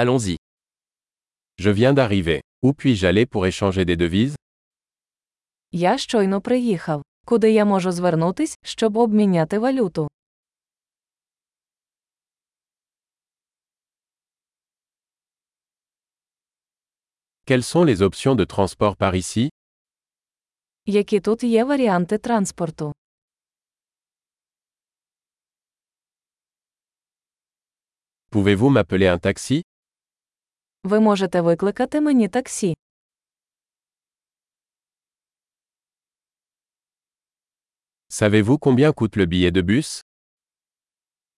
Allons-y. Je viens d'arriver. Où puis-je aller pour échanger des devises Я щойно приїхав. Куди я можу звернутись, щоб обміняти валюту? Quelles sont les options de transport par ici Які тут є варіанти транспорту? Pouvez-vous m'appeler un taxi Ви можете викликати мені таксі. Savez-vous combien coûte le billet de bus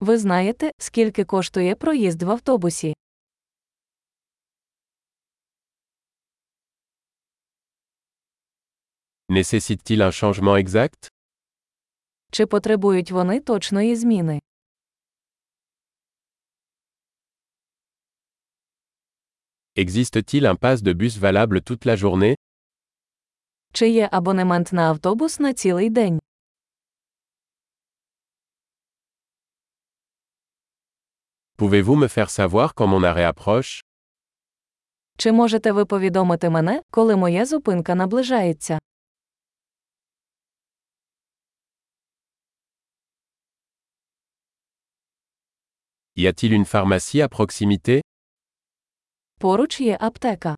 Ви знаєте, скільки коштує проїзд в автобусі? Nécessite-t-il un changement exact Чи потребують вони точної зміни? Existe-t-il un pass de bus valable toute la journée Чи є абонемент на автобус на цілий день? Pouvez-vous me faire savoir quand mon arrêt approche Чи можете ви повідомити мене, коли моя зупинка наближається? Y a-t-il une pharmacie à proximité Поруч є аптека.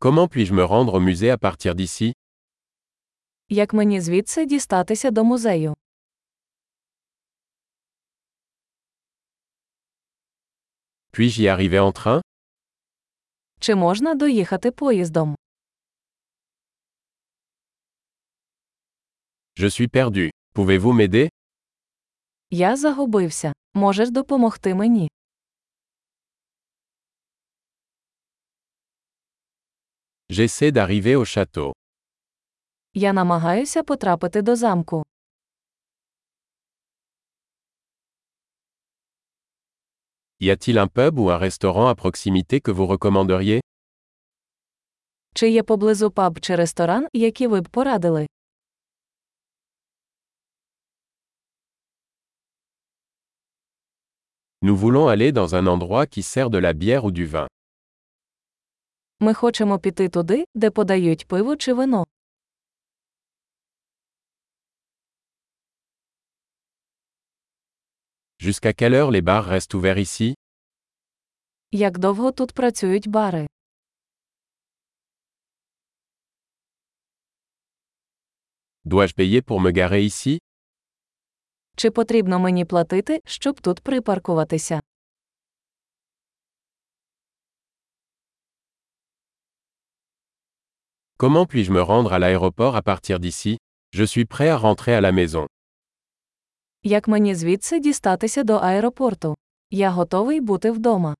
Comment puis-je me rendre au musée à partir d'ici Як мені звідси дістатися до музею? Puis-je y arriver en train Чи можна доїхати поїздом? Je suis perdu. Pouvez-vous m'aider Я загубився. Можеш допомогти мені? J'essaie d'arriver au château. Я намагаюся потрапити до замку. Y a-t-il un pub ou un restaurant à proximité que vous recommanderiez Чи є поблизу паб чи ресторан, які ви б порадили? Nous voulons aller dans un endroit qui sert de la bière ou du vin. Ми хочемо піти туди, де подають пиво чи вино. Jusqu'à quelle heure les bars restent ouverts ici Як довго тут працюють бари? Dois-je payer pour me garer ici Чи потрібно мені платити, щоб тут припаркуватися? Comment puis-je me rendre à l'aéroport à partir d'ici Je suis prêt à rentrer à la maison. Як мені звідси дістатися до аеропорту? Я готовий бути вдома.